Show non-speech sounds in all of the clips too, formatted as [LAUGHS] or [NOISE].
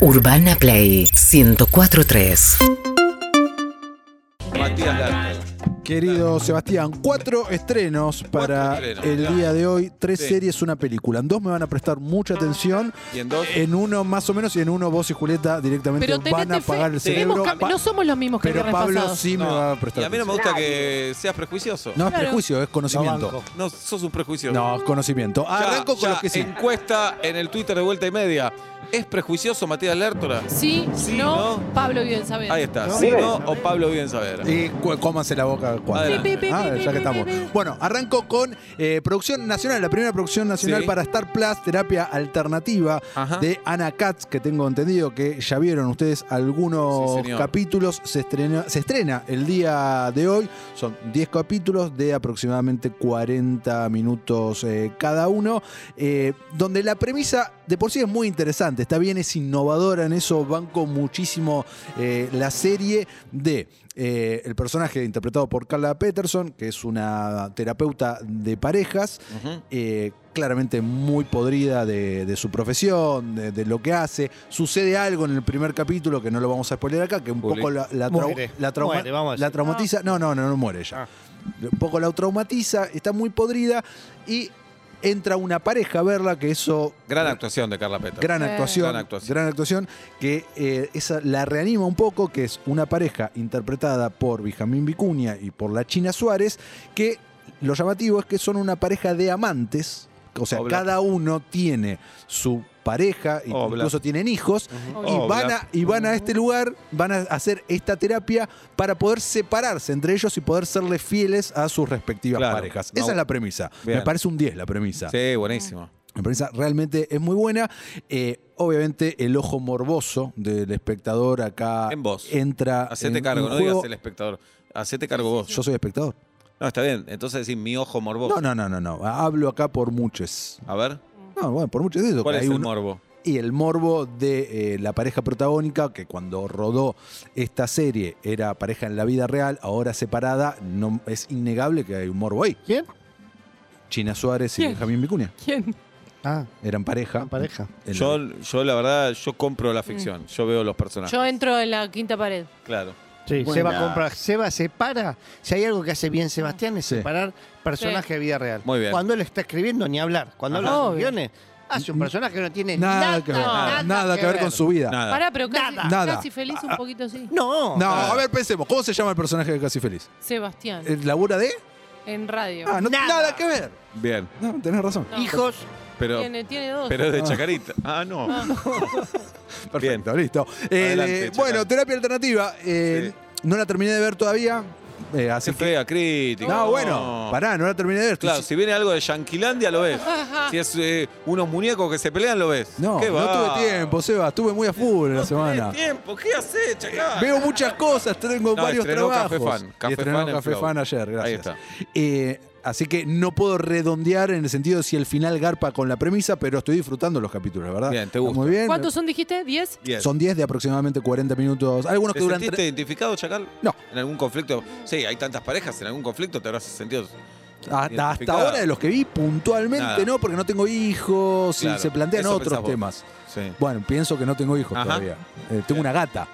Urbana Play 1043. Matías Lantos. Querido Sebastián, cuatro estrenos para estrenos, el claro. día de hoy, tres Sí. series, una película. En dos me van a prestar mucha atención, Y en dos. en uno más o menos, y en uno vos y Julieta directamente Pero van a tenete fe, pagar el tenemos cerebro. cam- Pa- no somos los mismos que el pero viernes Pablo pasado. sí me No, va a prestar y a mí no me atención. gusta que seas prejuicioso. No No, es Claro. prejuicio, es conocimiento. sos un prejuicioso. No, es conocimiento. Ya- Arranco con ya eh, los que sí. Encuesta en el Twitter de vuelta y media. ¿Es prejuicioso Matías Lertora? Sí, Sí, no, ¿no? Pablo bien sabe. Ahí está. No. ¿Sí no o Pablo Bien Saber? Y cu- cómanse la boca cuando. Adelante. Pi, pi, pi, Ah, pi, ya que pi, estamos. pi, pi. Bueno, arranco con eh, producción nacional, la primera producción nacional Sí. para Star Plus, terapia alternativa Ajá. de Ana Katz, que tengo entendido que ya vieron ustedes Sí, algunos señor. capítulos. Se estrena, se estrena el día de hoy. Son 10 capítulos de aproximadamente 40 minutos eh, cada uno, eh, donde la premisa de por sí es muy interesante. Está bien, es innovadora en eso. Banco muchísimo eh, la serie de eh, el personaje interpretado por Carla Peterson, que es una terapeuta de parejas, Ujú. eh, claramente muy podrida de, de su profesión, de, de lo que hace. Sucede algo en el primer capítulo que no lo vamos a spoiler acá, que un Juli. poco la, la trau- Muere. la trauma- Muere, vamos a decir. la traumatiza. No, no, no, no muere ella. Ah. Un poco la traumatiza, está muy podrida y entra una pareja a verla, que eso Gran actuación de Carla Peta. Gran Sí. actuación, gran Gran actuación. actuación. que eh, esa la reanima un poco, que es una pareja interpretada por Benjamín Vicuña y por la China Suárez, que lo llamativo es que son una pareja de amantes, o sea, Oblap. cada uno tiene su pareja, y Oblap. incluso tienen hijos, y, Oblap. van a, y van a este lugar, van a hacer esta terapia para poder separarse entre ellos y poder serles fieles a sus respectivas Claro. parejas. No. Esa es la premisa. Me Bien. parece un 10 la premisa. Sí, buenísimo. Me parece realmente es muy buena. Eh, obviamente el ojo morboso del espectador acá En vos. entra. Hacete Ah. en- cargo, en no juego. digas el espectador. Hacete cargo vos. Yo soy espectador. No, está bien. Entonces decís mi ojo morboso. No, no, no, no, no. Hablo acá por muchos. A ver, No, bueno, por muchos de eso. ¿cuál que es hay el un- morbo? y el morbo de eh, la pareja protagónica, que cuando rodó esta serie era pareja en la vida real, ahora separada, no, es innegable que hay un morbo ahí. ¿Quién? China Suárez y ¿Quién? Benjamín Vicuña ¿Quién? Ah, eran pareja. la pareja. En la- Yo, yo, la verdad, yo compro la ficción. Yo veo los personajes. Yo entro en la quinta pared. Claro. Sí, Buena. Seba compra, Seba separa. Si hay algo que hace bien Sebastián es Sí. separar personaje de vida real. Muy bien. Cuando él está escribiendo ni hablar, cuando Ajá. habla de sus Obvio. guiones, hace un personaje que no tiene Nada, que ver, nada, nada que ver con su vida. Nada. Pará, pero casi, Nada. Nada. Ah, casi feliz un poquito así. No. No, a ver, pensemos. ¿Cómo se llama el personaje de Casi Feliz? Sebastián, ¿El ¿Labura de? en radio. Eh, Ah, no, nada. Nada. que ver. Bien. No, tenés razón. No. Hijos, Pero, Tiene, tiene dos. pero es de Chacarita. Ah, no. Perfecto, listo. Eh, Adelante, eh, Chacal. bueno, terapia alternativa. eh, No la terminé de ver todavía. eh, así Hace que- fea crítica. No, bueno, pará, no la terminé de ver. Claro, Estoy- si viene algo de Yanquilandia, lo [LAUGHS] ves. Si es eh, unos muñecos que se pelean, lo ves. No, ¿Qué no va? tuve tiempo, Seba. Estuve muy a full la No semana. tenés tiempo. ¿Qué haces, chacal? Veo muchas cosas, tengo No, varios estrenó trabajos. Café Fan, Y Café estrenó Fan en Café Flow. Fan ayer, gracias. Ahí está. Eh, así que no puedo redondear en el sentido de si el final garpa con la premisa, pero estoy disfrutando los capítulos, la ¿verdad? Bien, te Está gusta. Muy bien. ¿Cuántos son, dijiste? ¿Diez? Bien. Son 10 de aproximadamente 40 minutos. Algunos ¿Te que duran. sentiste tre- identificado, Chacal? No. ¿En algún conflicto? Sí, hay tantas parejas. ¿En algún conflicto te habrás sentido? Hasta, hasta identificado? ahora de los que vi, puntualmente Nada. no, porque no tengo hijos Claro, y se plantean eso otros pensás vos. temas. Sí. Bueno, pienso que no tengo hijos Ajá. todavía. Eh, tengo una gata.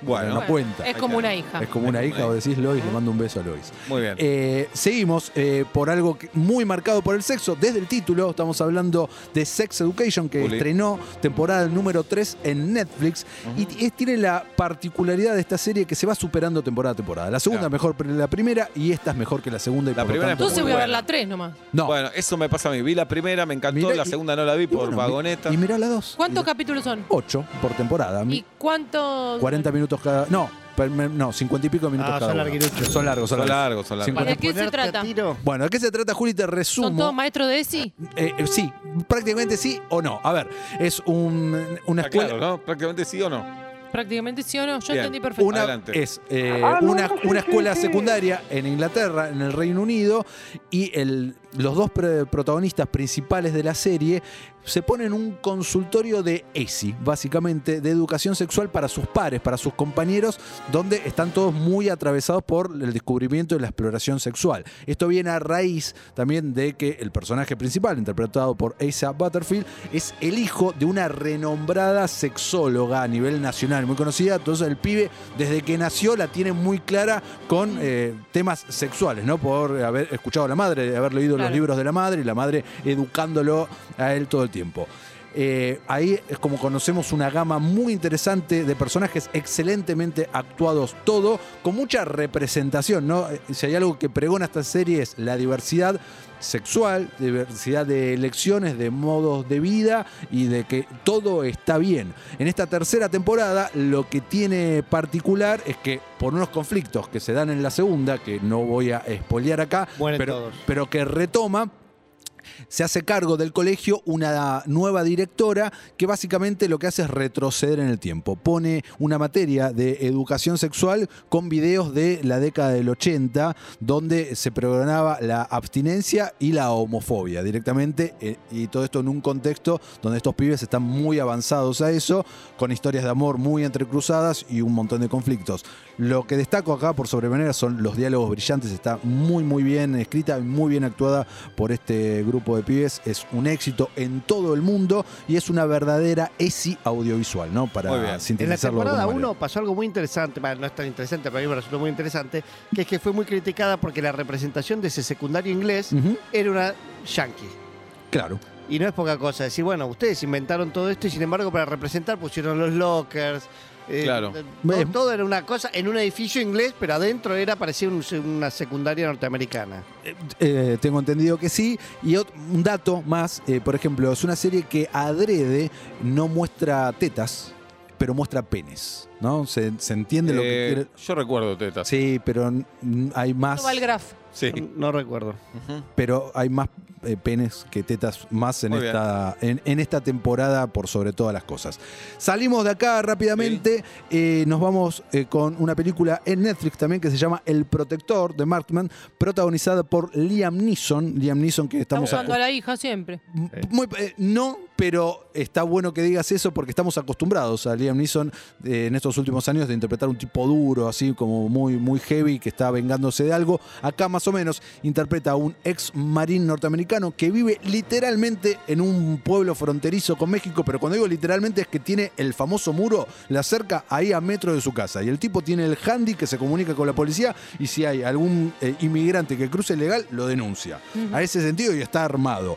Bueno. no cuenta. Es como una hija. Es como una hija, o decís Lois, le mando un beso a Lois. Muy bien. Eh, seguimos eh, por algo que- muy marcado por el sexo. Desde el título estamos hablando de Sex Education, que Juli. estrenó temporada número 3 en Netflix. Y t- es- tiene la particularidad de esta serie que se va superando temporada a temporada. La segunda Claro. mejor que la primera y esta es mejor que la segunda. Y La por lo primera tanto- es Entonces Muy voy a ver buena. la tres nomás. No. Bueno, eso me pasa a mí. Vi la primera, me encantó. Mirá, la y- segunda no la vi Y por bueno, mi- vagoneta. Y mirá la dos. ¿Cuántos Y- capítulos son? Ocho por temporada. Mm. Mi- ¿Y cuántos? 40 minutos cada. No, per- me- no, 50 y pico minutos Ah, cada. son uno. larguiruchos. Son largos, son Son largos. largos, son largos. Cincuenta- ¿De qué se ponerte a trata? tiro. Bueno, ¿de qué se trata, Juli? Te resumo. ¿Son todos maestros de ESI? Eh, eh, sí, prácticamente sí o no. A ver, es un, una Está claro, escuela. ¿no? Prácticamente sí o no. Prácticamente sí o no. Yo Bien. entendí perfecto. Una, Adelante. es eh, una, una escuela secundaria en Inglaterra, en el Reino Unido, y el, los dos pre- protagonistas principales de la serie se ponen un consultorio de ESI, básicamente, de educación sexual para sus pares, para sus compañeros, donde están todos muy atravesados por el descubrimiento y la exploración sexual. Esto viene a raíz también de que el personaje principal, interpretado por Asa Butterfield, es el hijo de una renombrada sexóloga a nivel nacional, muy conocida. Entonces el pibe, desde que nació, la tiene muy clara con eh, temas sexuales, ¿no? Por haber escuchado a la madre, haber leído los Claro. libros de la madre y la madre educándolo a él todo el tiempo. Eh, ahí es como conocemos una gama muy interesante de personajes excelentemente actuados todo, con mucha representación, ¿no? Eh, Si hay algo que pregona esta serie es la diversidad sexual, diversidad de elecciones, de modos de vida y de que todo está bien. En esta tercera temporada lo que tiene particular es que por unos conflictos que se dan en la segunda, que no voy a espolear acá, Mueren pero, todos. pero que retoma se hace cargo del colegio una nueva directora que básicamente lo que hace es retroceder en el tiempo. Pone una materia de educación sexual con videos de la década del 80, donde se programaba la abstinencia y la homofobia directamente, eh, y todo esto en un contexto donde estos pibes están muy avanzados a eso, con historias de amor muy entrecruzadas y un montón de conflictos. Lo que destaco acá por sobremanera son los diálogos brillantes, está muy muy bien escrita, y muy bien actuada por este grupo de pibes, es un éxito en todo el mundo y es una verdadera ESI audiovisual, ¿no? Muy bien. En Para la En la sintetizarlo. de temporada alguna 1 pasó algo muy interesante, bueno, no es tan interesante, pero a mí me resultó muy interesante, que es que fue muy criticada porque la representación de ese secundario inglés manera. Ujú, era una yankee. Claro. Y no es poca cosa decir, bueno, ustedes inventaron todo esto y sin embargo para representar pusieron los lockers. eh, Claro. eh, Bueno. Todo, todo era una cosa en un edificio inglés, pero adentro era parecía un- una secundaria norteamericana. Eh, tengo entendido que sí. Y ot- un dato más, eh, por ejemplo, es una serie que adrede no muestra tetas, pero muestra penes, ¿no? Se, se entiende lo que Eh, quiere. Yo recuerdo tetas. Sí, pero mm, hay más. No va el graf. Sí. No recuerdo. Ujú. pero hay más eh, penes que tetas más en Muy bien. esta, en, en esta temporada por sobre todas las cosas. Salimos de acá rápidamente, eh, nos vamos eh, con una película en Netflix también que se llama El Protector de Markman, protagonizada por Liam Neeson. Liam Neeson que Está estamos buscando a la hija siempre. M- muy- eh, no, pero está bueno que digas eso porque estamos acostumbrados a Liam Neeson eh, en estos últimos años de interpretar un tipo duro, así como muy, muy heavy, que está vengándose de algo. Acá más o menos interpreta a un ex marín norteamericano que vive literalmente en un pueblo fronterizo con México, pero cuando digo literalmente es que tiene el famoso muro, la cerca ahí a metro de su casa. Y el tipo tiene el handy que se comunica con la policía y si hay algún eh, inmigrante que cruce legal, lo denuncia. A ese sentido y está armado.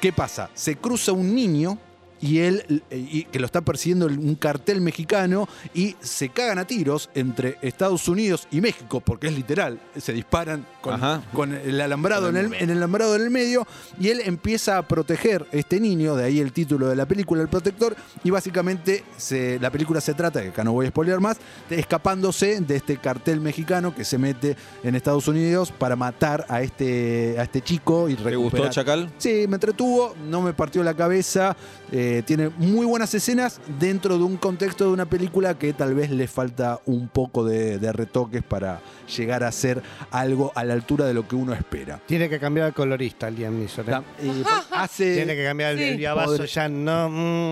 ¿Qué pasa? Se cruza un niño y él eh, y que lo está persiguiendo el- un cartel mexicano y se cagan a tiros entre Estados Unidos y México, porque es literal, se disparan con, Ajá. con el alambrado en el, en el alambrado en el medio y él empieza a proteger este niño, de ahí el título de la película El Protector y básicamente se- la película se trata, que acá no voy a spoilear más, de escapándose de este cartel mexicano que se mete en Estados Unidos para matar a este a este chico y ¿Te gustó recuperar Chacal? Sí, me entretuvo, no me partió la cabeza. eh, tiene muy buenas escenas dentro de un contexto de una película que tal vez le falta un poco de, de retoques para llegar a ser algo a la altura de lo que uno espera. Tiene que cambiar el colorista, Liam Neeson. ¿eh? Da- y Tiene hace, que cambiar el, Sí. el abazo, Podre- ya no.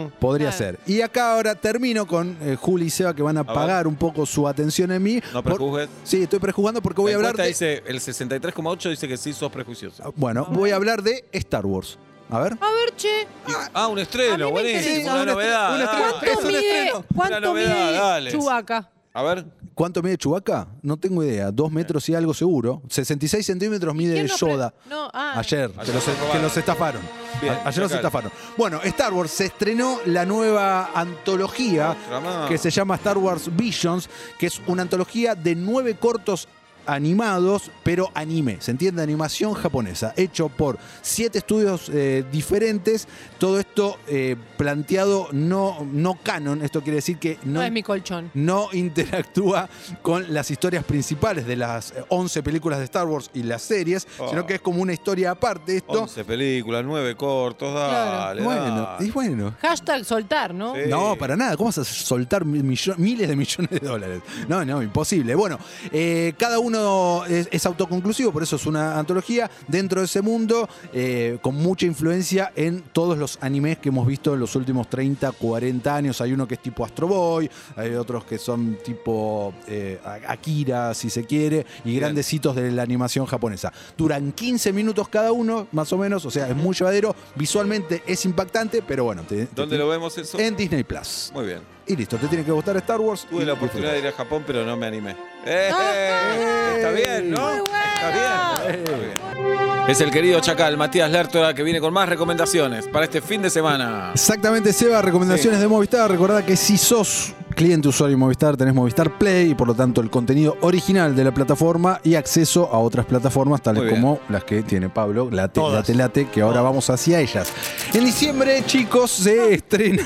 mm. podría Claro. ser. Y acá ahora termino con eh, Juli y Seba que van a, ver. pagar un poco su atención en mí. No Por- prejuzgues. sí, estoy prejugando porque voy a La hablar encuesta de... Ah, dice, el 63,8 dice que sí sos prejuicioso. Bueno, voy a hablar de Star Wars. A ver. A ver, che. Y- Ah, un A mí estreno, me buenísimo, interesa. una Un estreno, novedad. un dale. estreno. Es ¿Cuánto un mide, estreno. Una ¿cuánto novedad, mide dale. Chewbacca? A ver, ¿Cuánto mide Chubaca? No tengo idea. Dos metros y algo seguro. 66 centímetros mide ¿Quién nos pre- Yoda. No, ah. Ayer, que Ayer los, se robaron. que los estafaron. Bien, A- Ayer los sacal. estafaron. Bueno, Star Wars se estrenó la nueva antología Otra más. que se llama Star Wars Visions, que es una antología de nueve cortos animados, pero anime, se entiende animación japonesa, hecho por siete estudios eh, diferentes, todo esto eh, planteado no, no canon, esto quiere decir que No, no, es mi colchón. no interactúa con las historias principales de las eh, 11 películas de Star Wars y las series, Oh. sino que es como una historia aparte esto. 11 películas, 9 cortos, dale. bueno, dale. y bueno. Hashtag soltar, ¿no? Sí. No, para nada. ¿Cómo vas a soltar mi- millo- miles de millones de dólares? No, no, imposible. Bueno, eh, cada uno no es, es autoconclusivo, por eso es una antología dentro de ese mundo eh, con mucha influencia en todos los animes que hemos visto en los últimos 30, 40 años. Hay uno que es tipo Astro Boy, hay otros que son tipo eh, Akira, si se quiere, y grandes hitos de la animación japonesa. Duran 15 minutos cada uno, más o menos, o sea, es muy llevadero, visualmente es impactante, pero bueno. te- te- ¿Dónde lo vemos eso? En Disney Plus. Muy bien. Y listo, te tiene que gustar Star Wars. Tuve y la oportunidad de ir a Japón, pero no me animé. ¡Eh! ¡Ajá! Está bien, ¿no? Muy bueno. Está bien. Está bien. Es el querido Chacal, Matías Lertora, que viene con más recomendaciones para este fin de semana. Exactamente, Seba, recomendaciones de Movistar. Recordá que si sos cliente usuario de Movistar, tenés Movistar Play y por lo tanto el contenido original de la plataforma y acceso a otras plataformas tales Muy bien. como las que tiene Pablo, Late, Todas. Late, Late, que ahora vamos hacia ellas. En diciembre, chicos, Ah. se estrena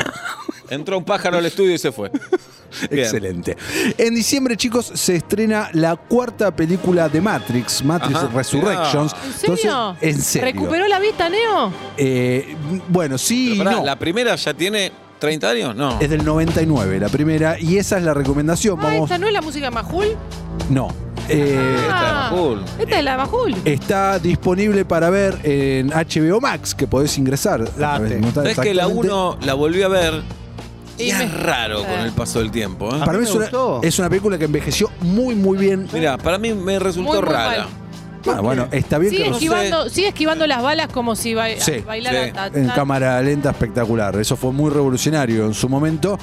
Entró un pájaro al estudio y se [LAUGHS] fue. [LAUGHS] Bien. Excelente. En diciembre, chicos, se estrena la cuarta película de Matrix, Matrix Ajá. Resurrections. Mirá. ¿En serio? Entonces, en serio. ¿Recuperó la vista, Neo? Eh, bueno, sí Pero y pará, no. ¿La primera ya tiene 30 años? No. Es del 99, la primera, y esa es la recomendación. Ah, Vamos. ¿esta no es la música de Majul? No. Eh, Esta Ah. es cool. Esta es la de Majul. Está disponible para ver en HBO Max, que podés ingresar. A La través de ate. Movistar, ¿Sabes que la exactamente. 1 la volví a ver? Y Y me- es raro con Eh. el paso del tiempo. ¿eh? A Para mí mí me es una, gustó. es una película que envejeció muy, muy bien. Mirá, para mí me resultó Muy, muy rara. mal. Ah, bueno, está bien Sigue que no sé. esquivando, sigue esquivando las balas como si ba- Sí, bailara. sí. ta- ta- En cámara lenta espectacular. Eso fue muy revolucionario en su momento.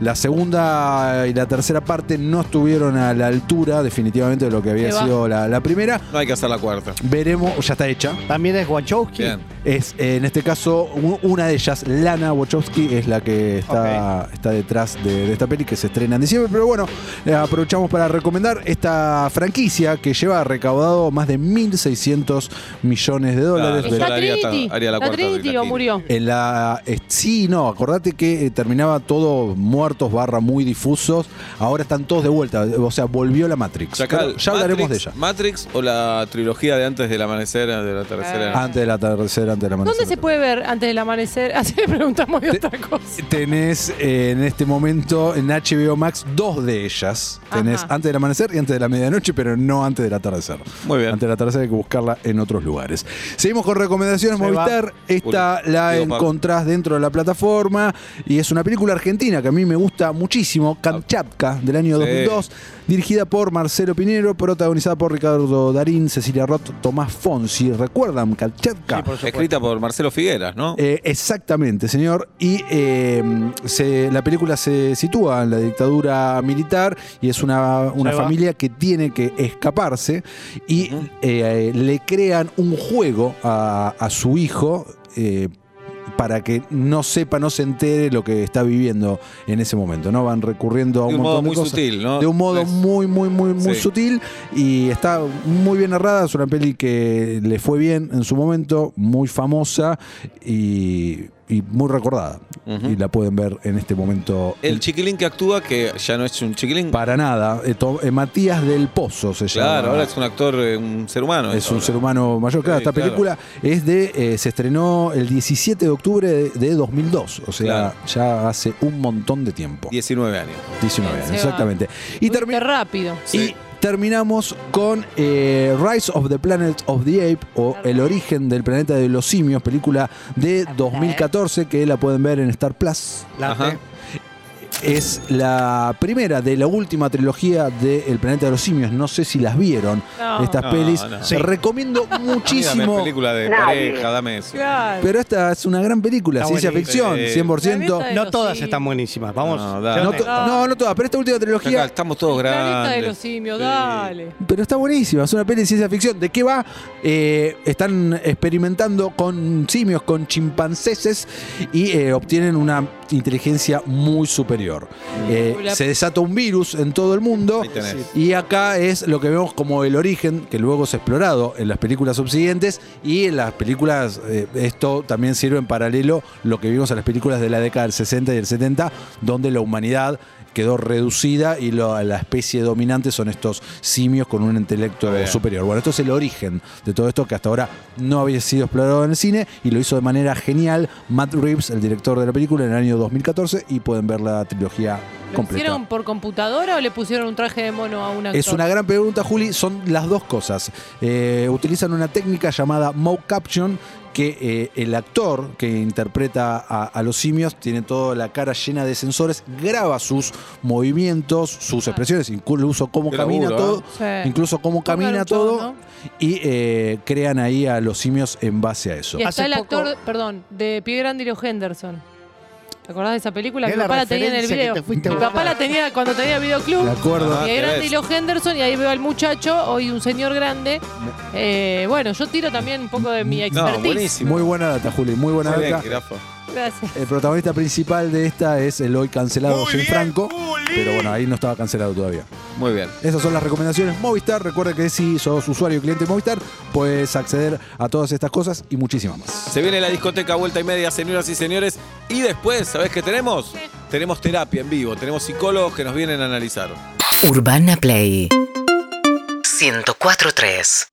La segunda y la tercera parte no estuvieron a la altura definitivamente de lo que había Se va. sido la, la primera. No hay que hacer la cuarta. Veremos, ya está hecha. También es Wachowski. Bien. Es, eh, en este caso, u- una de ellas, Lana Wachowski, es la que está, está detrás de, de esta peli que se estrena en diciembre. Pero bueno, eh, aprovechamos para recomendar esta franquicia que lleva recaudado más de 1.600 millones de dólares. Claro. de la- Está Yo la haría Trinity. ta- haría la la cuarta Trinity de o Trinity. murió. En la, eh, sí, no, acordate que eh, terminaba todo muertos, barra muy difusos. Ahora están todos de vuelta, o sea, volvió la Matrix. Chacal, Pero ya hablaremos de Matrix- ella. ¿Matrix o la trilogía de antes del amanecer, de la tercera? Ah. Antes de la tercera, antes de la ¿Dónde amanecer. se puede ver antes del amanecer? [LAUGHS] Así le preguntamos de otra cosa. Tenés eh, en este momento en HBO Max dos de ellas. Tenés Ajá. antes del amanecer y antes de la medianoche, pero no antes del atardecer. Muy bien. Antes del atardecer hay que buscarla en otros lugares. Seguimos con recomendaciones Se va. Movistar. Esta Uy, la digo, Pablo. encontrás dentro de la plataforma y es una película argentina que a mí me gusta muchísimo, Kamchatka, del año Sí. 2002, dirigida por Marcelo Pinero, protagonizada por Ricardo Darín, Cecilia Roth, Tomás Fonsi. ¿Recuerdan Kamchatka? Escrita por Marcelo Figueras, ¿no? Eh, exactamente, señor. Y eh, se- la película se sitúa en la dictadura militar y es una, una Ahí va. familia que tiene que escaparse y eh, le crean un juego a, a su hijo. eh, para que no sepa, no se entere lo que está viviendo en ese momento, ¿no? Van recurriendo a de un, un montón modo de muy cosas sutil, ¿no? de un modo Es- muy, muy, muy, muy Sí. sutil y está muy bien narrada. Es una peli que le fue bien en su momento, muy famosa y, y muy recordada. Ujú. Y la pueden ver en este momento. El chiquilín que actúa, que ya no es un chiquilín. para nada. Eh, to- eh, Matías del Pozo se llama. Claro, ahora es un actor, eh, un ser humano. Es un ahora. ser humano mayor. Claro, Sí, esta claro. película es de, eh, se estrenó el 17 de octubre de, de 2002. O sea, Claro. ya hace un montón de tiempo. 19 años. 19 años, Seba. exactamente. Y Fuiste termina rápido. Sí. Y terminamos con eh, Rise of the Planet of the Ape o El origen del planeta de los simios, película de 2014 que la pueden ver en Star Plus. La Ajá. T. Es la primera de la última trilogía de El planeta de los simios. No sé si las vieron No. estas No, pelis. no. [LAUGHS] Se recomiendo Dame muchísimo. película de pareja, dame eso. Claro. Pero esta es una gran película, Está ciencia buenísimo. ficción, Sí. La 100%. neta No todas Sí. están buenísimas. Vamos. No, dale. sean No, to- honestos. no, no todas, pero esta última Chacal, trilogía estamos todos Planeta de grandes. los simios, Sí. dale. Pero está buenísima, es una peli de ciencia ficción. ¿De qué va? Eh, están experimentando con simios, con chimpancéses y eh, obtienen una inteligencia muy superior. Eh, Hola. se desata un virus en todo el mundo. Ahí tenés. Y acá es lo que vemos como el origen, que luego es explorado en las películas subsiguientes y en las películas, eh, esto también sirve en paralelo lo que vimos en las películas de la década del 60 y del 70, donde la humanidad quedó reducida y lo- la especie dominante son estos simios con un intelecto Está bien. superior. Bueno, esto es el origen de todo esto que hasta ahora no había sido explorado en el cine y lo hizo de manera genial Matt Reeves, el director de la película, en el año 2014 y pueden ver la trilogía ¿Lo completa. hicieron por computadora o le pusieron un traje de mono a una Es una gran pregunta, Juli. Son las dos cosas. Eh, utilizan una técnica llamada mow caption, que eh, el actor que interpreta a, a los simios tiene toda la cara llena de sensores, graba sus movimientos, sus expresiones, incluso cómo Qué camina laburo, todo. ¿eh? Sí. Incluso cómo Tocar un camina show, todo. ¿no? Y eh, crean ahí a los simios en base a eso. Y Hace está el poco- actor, perdón, de Pie Grande y los Henderson. ¿Te acordás de esa película? Mirá Mi la papá la tenía en el referencia que video. te Mi fuiste a buscar. papá la tenía cuando tenía videoclub. ¿De acuerdo? Ah, Pie te Grande ves. y los Henderson, y ahí veo al muchacho, hoy un señor grande. Eh, bueno, yo tiro también un poco de mi No, expertise. buenísimo. Muy buena data, Juli. Muy buena Muy bien, data. Jirafo. Gracias. El protagonista principal de esta es el hoy cancelado Jim Franco. Pero bueno, ahí no estaba cancelado todavía. Muy bien. Esas son las recomendaciones Movistar. Recuerda que si sos usuario y cliente de Movistar, puedes acceder a todas estas cosas y muchísimas más. Se viene la discoteca vuelta y media, señoras y señores. Y después, ¿sabés qué tenemos? Tenemos terapia en vivo, tenemos psicólogos que nos vienen a analizar. Urbana Play 104.3